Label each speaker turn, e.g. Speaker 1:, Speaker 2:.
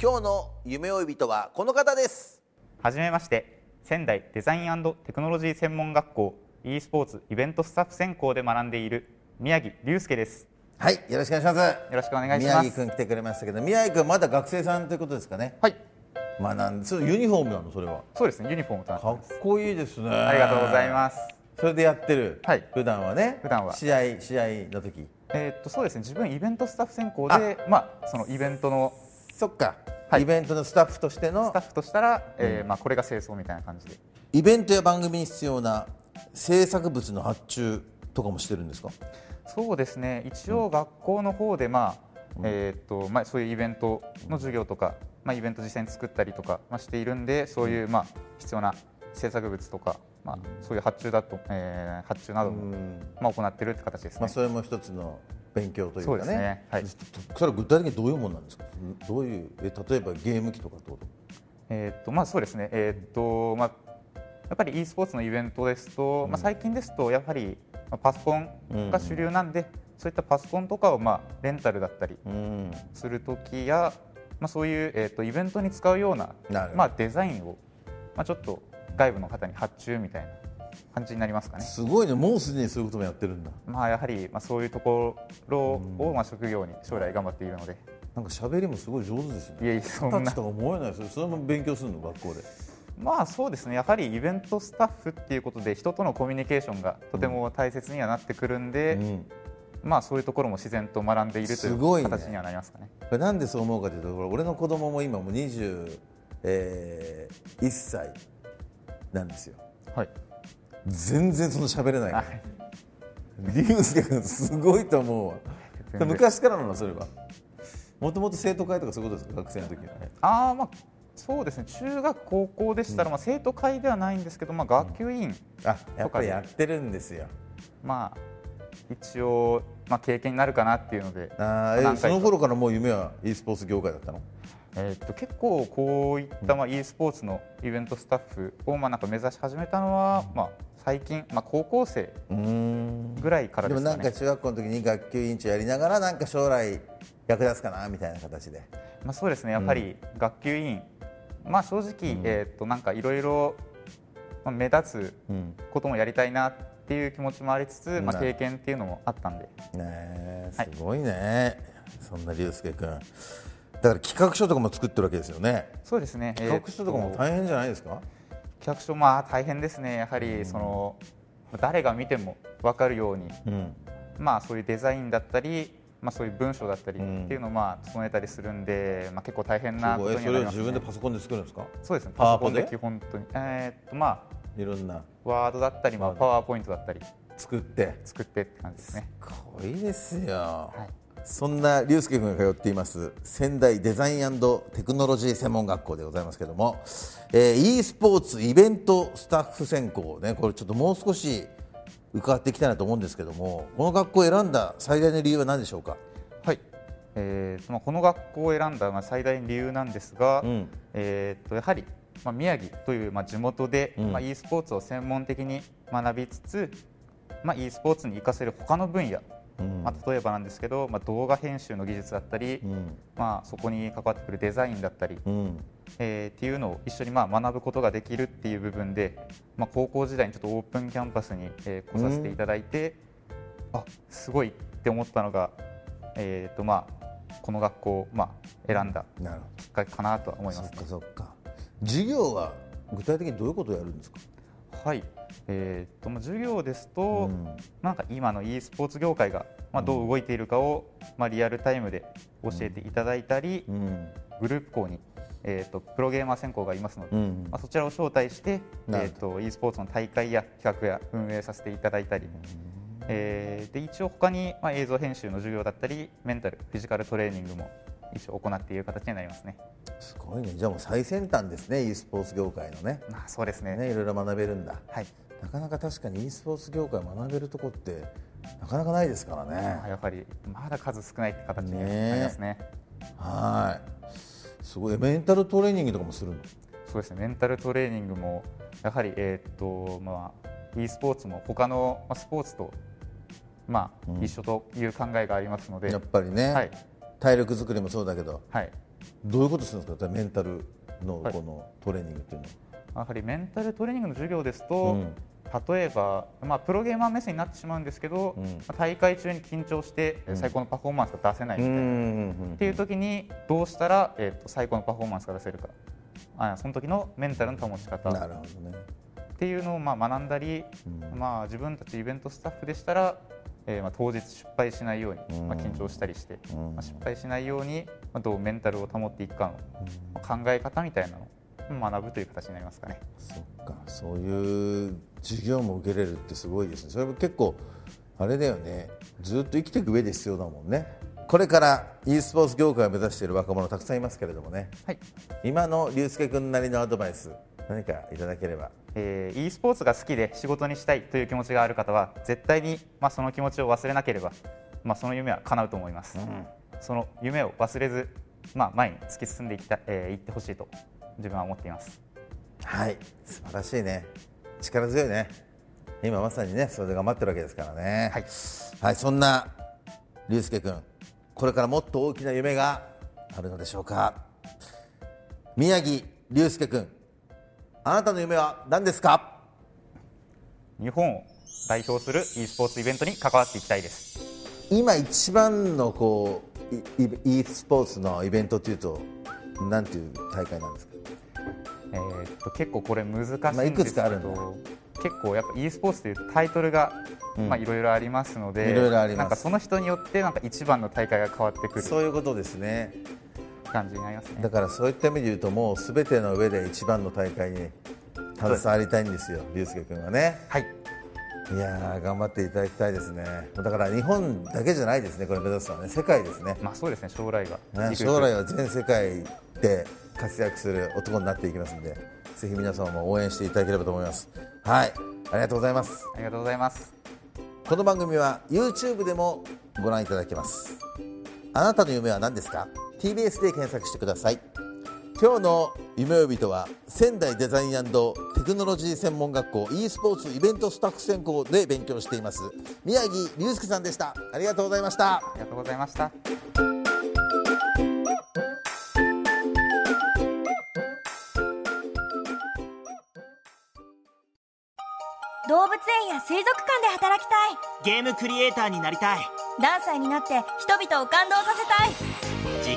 Speaker 1: 今日の夢追い人はこの方です
Speaker 2: はじめまして仙台デザインテクノロジー専門学校 e スポーツイベントスタッフ専攻で学んでいる宮城隆介です
Speaker 3: はい、よろしくお願いします。よ
Speaker 2: ろしくお願いします
Speaker 3: 宮城くん来てくれましたけど、宮城くんまだ学生さんということですかね。
Speaker 2: はい
Speaker 3: まあなんそれユニフォームなのそれは。
Speaker 2: そうですねユニフォームとなって
Speaker 3: かっ
Speaker 2: ます
Speaker 3: こいいですね。
Speaker 2: ありがとうございます。
Speaker 3: それでやってる。
Speaker 2: はい
Speaker 3: 普段はね。
Speaker 2: 普段は
Speaker 3: 試合試合の時。
Speaker 2: えーっとそうですね自分イベントスタッフ専攻でまあそのイベントの
Speaker 3: そっか。
Speaker 2: はい
Speaker 3: イベントのスタッフとして
Speaker 2: ス
Speaker 3: の
Speaker 2: タッフとしたら、えーまあこれが清掃みたいな感じで
Speaker 3: イベントや番組に必要な制作物の発注とかもしてるんですか。
Speaker 2: そうですね一応学校の方でまあ、えーっとまあそういうイベントの授業とか、まあイベント実際に作ったりとかまあしているんでそういうまあ必要な制作物とかまあそういう発注だと、えー発注などもまあ行ってるって形ですね。
Speaker 3: まあそれも一つの勉強というか
Speaker 2: そ
Speaker 3: ね。
Speaker 2: うですねはい
Speaker 3: それは具体的にどういうものなんですか。どういうえ例えばゲーム機とかってこと。
Speaker 2: えーっとまあそうですね。えーっとまあやっぱり e スポーツのイベントですと、まあ最近ですとやはりまあパソコンが主流なんで、そういったパソコンとかをまあレンタルだったり
Speaker 3: うん。
Speaker 2: する時や、まあそういうえーっとイベントに使うような
Speaker 3: なるほど
Speaker 2: まあデザインをまあちょっと外部の方に発注みたいな感じになりますかね。
Speaker 3: すごいね。もうすでにそういうこともやってるんだ。
Speaker 2: まあやはりまあそういうところをまあ職業に将来頑張っているので、
Speaker 3: なんか喋りもすごい上手ですね。
Speaker 2: いえいえそんな
Speaker 3: 二十歳とか思えないですよ。そのまま勉強するの学校で。
Speaker 2: まあそうですねやはりイベントスタッフっていうことで人とのコミュニケーションがとても大切にはなってくるんで、まあそういうところも自然と学んでいるとい
Speaker 3: すごいうね
Speaker 2: 形にはなりますかね。
Speaker 3: これなんでそう思うかというと、これ俺の子供も今もう二十えー一歳なんですよ。
Speaker 2: はい。
Speaker 3: 全然その喋れないから。龍介君すごいと思うわ。
Speaker 2: 全然
Speaker 3: 昔からなのそれは。もともと生徒会とかそういうことですか学生の時は。
Speaker 2: ああまあそうですね中学高校でしたら、まあ生徒会ではないんですけどまあ学級委員、
Speaker 3: あ、やっぱりやってるんですよ。
Speaker 2: まあ一応まあ経験になるかなっていうので。
Speaker 3: あーえ
Speaker 2: 何回か
Speaker 3: その頃からもう夢は e スポーツ業界だったの。
Speaker 2: えーっと結構こういったまあ e スポーツのイベントスタッフをまあなんか目指し始めたのはまあ最近まあ高校生ぐらいから
Speaker 3: で
Speaker 2: で
Speaker 3: も
Speaker 2: す
Speaker 3: な
Speaker 2: か
Speaker 3: んか
Speaker 2: ね。
Speaker 3: 中学校の時に学級委員長やりながらなんか将来役立つかなみたいな形で
Speaker 2: まあそうですねやっぱり学級委員、まあ正直、えーっとなんかいろいろまあ目立つこともやりたいなっていう気持ちもありつつ、まあ経験っていうのもあったんで。
Speaker 3: ねえ
Speaker 2: はい
Speaker 3: すごいね、そんな龍介君だから企画書とかも作ってるわけですよね
Speaker 2: そうですね。
Speaker 3: 企画書とかも大変じゃないですか、
Speaker 2: 企画書まあ大変ですねやはりその誰が見ても分かるように、まあそういうデザインだったりまあそういう文章だったりっていうのをまあ整えたりするんで、まあ結構大変な
Speaker 3: す
Speaker 2: こ
Speaker 3: ごい
Speaker 2: と
Speaker 3: え
Speaker 2: に
Speaker 3: そ
Speaker 2: は
Speaker 3: れ
Speaker 2: なり
Speaker 3: を
Speaker 2: ます、ね。
Speaker 3: 自分でパソコンで作るんですか
Speaker 2: そうですね。
Speaker 3: パ
Speaker 2: パ
Speaker 3: ワ
Speaker 2: ソ
Speaker 3: ポ
Speaker 2: コ
Speaker 3: で
Speaker 2: ンで基本とにえーっとま
Speaker 3: いろんな
Speaker 2: あワードだったりまあパワーポイントだったり
Speaker 3: 作って
Speaker 2: 作ってって感じですね。
Speaker 3: すごいですよ、そんな龍介君が通っています仙台デザインテクノロジー専門学校でございますけども、えー、e スポーツイベントスタッフ専攻ねこれちょっともう少し伺っていきたいなと思うんですけどもこの学校を選んだ最大の理由は何でしょうか
Speaker 2: はい。えーっとまあこの学校を選んだまあ最大の理由なんですが、
Speaker 3: ん
Speaker 2: えーっとやはりまあ宮城というまあ地元で、まあ e スポーツを専門的に学びつつ、まあ e スポーツに活かせる他の分野、まあ例えばなんですけど、まあ動画編集の技術だったり、まあそこに関わってくるデザインだったり、
Speaker 3: うん
Speaker 2: えーっていうのを一緒にまあ学ぶことができるっていう部分で、まあ、高校時代にちょっとオープンキャンパスに、えー来させていただいて、あすごいって思ったのが、えーとまあ、この学校を、まあ、選んだ
Speaker 3: なるほ
Speaker 2: きっかけかなとは思い
Speaker 3: ど
Speaker 2: ま
Speaker 3: そっ
Speaker 2: す。
Speaker 3: かそっか授業は具体的にどういうことをやるんですか、
Speaker 2: はいえーっとまあ、授業ですと、
Speaker 3: うん
Speaker 2: まあなんか今の e スポーツ業界が、まあ、どう動いているかを、まあ、リアルタイムで教えていただいたり、
Speaker 3: うん
Speaker 2: グループ校に、えー、とプロゲーマー専攻がいますので、
Speaker 3: うん
Speaker 2: まあ、そちらを招待して、え
Speaker 3: なる
Speaker 2: ー、と e スポーツの大会や企画や運営させていただいたり、えーで一応他に、まあ、映像編集の授業だったりメンタルフィジカルトレーニングも一応行っている形になりますね。
Speaker 3: すごいねじゃあもう最先端ですね e スポーツ業界のね
Speaker 2: まあ、そうですね
Speaker 3: ねいろいろ学べるんだ
Speaker 2: はい、
Speaker 3: なかなか確かに e スポーツ業界学べるとこってなかなかないですから
Speaker 2: まあ
Speaker 3: ね
Speaker 2: やはりまだ数少ないって形になりますね。
Speaker 3: はいすごいメンタルトレーニングとかもするの
Speaker 2: そうですねメンタルトレーニングもやはり、えーっとまあ、e スポーツも他のまあスポーツと、まあ
Speaker 3: うん
Speaker 2: 一緒という考えがありますので、
Speaker 3: やっぱりね、
Speaker 2: はい
Speaker 3: 体力作りもそうだけど
Speaker 2: はい、
Speaker 3: どういうことするんですかメンタルの
Speaker 2: はい
Speaker 3: このトレーニングっていうのは、
Speaker 2: やはりメンタルトレーニングの授業ですと、
Speaker 3: うん
Speaker 2: 例えば、まあ、プロゲーマー目線になってしまうんですけど、
Speaker 3: うん
Speaker 2: まあ大会中に緊張して、
Speaker 3: ん
Speaker 2: 最高のパフォーマンスが出せないみたいな、っ
Speaker 3: ん
Speaker 2: ていう時にどうしたら、えーっと最高のパフォーマンスが出せるかあその時のメンタルの保ち方
Speaker 3: なるほどね
Speaker 2: っていうのをまあ学んだり、
Speaker 3: うん
Speaker 2: まあ、自分たちイベントスタッフでしたら、えーまあ当日失敗しないように、
Speaker 3: うん
Speaker 2: まあ緊張したりして、
Speaker 3: うん
Speaker 2: まあ失敗しないように、まあどうメンタルを保っていくかのまあ考え方みたいなのを学ぶという形になりますかね。
Speaker 3: そっかそういう授業も受けれるってすごいですねそれも結構あれだよねずっと生きていく上で必要だもんねこれから e スポーツ業界を目指している若者たくさんいますけれどもね
Speaker 2: はい
Speaker 3: 今の龍介君なりのアドバイス何かいただければ
Speaker 2: えー、e スポーツが好きで仕事にしたいという気持ちがある方は絶対に、まあ、その気持ちを忘れなければ、まあ、その夢は叶うと思います、その夢を忘れず、まあ、前に突き進んでいきた、えー、いってほしいと自分は思っています
Speaker 3: はい素晴らしいね力強いね今まさにねそれで頑張ってるわけですからね
Speaker 2: はい、
Speaker 3: はい、そんな龍介君これからもっと大きな夢があるのでしょうか宮城龍介君あなたの夢は何ですか
Speaker 2: 日本を代表する e スポーツイベントに関わっていきたいです
Speaker 3: 今一番のこういい e スポーツのイベントというとなんていう大会なんですか
Speaker 2: えーっと結構これ難しいん
Speaker 3: まあ
Speaker 2: で
Speaker 3: いく
Speaker 2: す
Speaker 3: つ
Speaker 2: け
Speaker 3: かあるんだ
Speaker 2: ど結構やっぱ e スポーツというタイトルがまあいろいろありますので、
Speaker 3: いろいろあります
Speaker 2: なんかその人によってなんか一番の大会が変わってくる
Speaker 3: そういうことですね
Speaker 2: 感じになりますね
Speaker 3: だからそういった意味で言うともうすべての上で一番の大会に携わりたいんですよ龍介君はね
Speaker 2: はい
Speaker 3: いやー頑張っていただきたいですねだから日本だけじゃないですねこれ目指すのはね世界ですね
Speaker 2: まあそうですね将来が、
Speaker 3: ね将来は全世界で活躍する男になっていきますのでぜひ皆様も応援していただければと思いますはいありがとうございます
Speaker 2: ありがとうございます
Speaker 3: この番組は YouTube でもご覧いただけますあなたの夢は何ですか TBS で検索してください今日の夢呼びとは仙台デザインテクノロジー専門学校 e スポーツイベントスタッフ専攻で勉強しています宮城隆介さんでしたありがとうございました
Speaker 2: ありがとうございました
Speaker 4: 動物園や水族館で働きたい
Speaker 5: ゲームクリエイターになりたい
Speaker 4: 何歳になって人々を感動させたい
Speaker 5: 時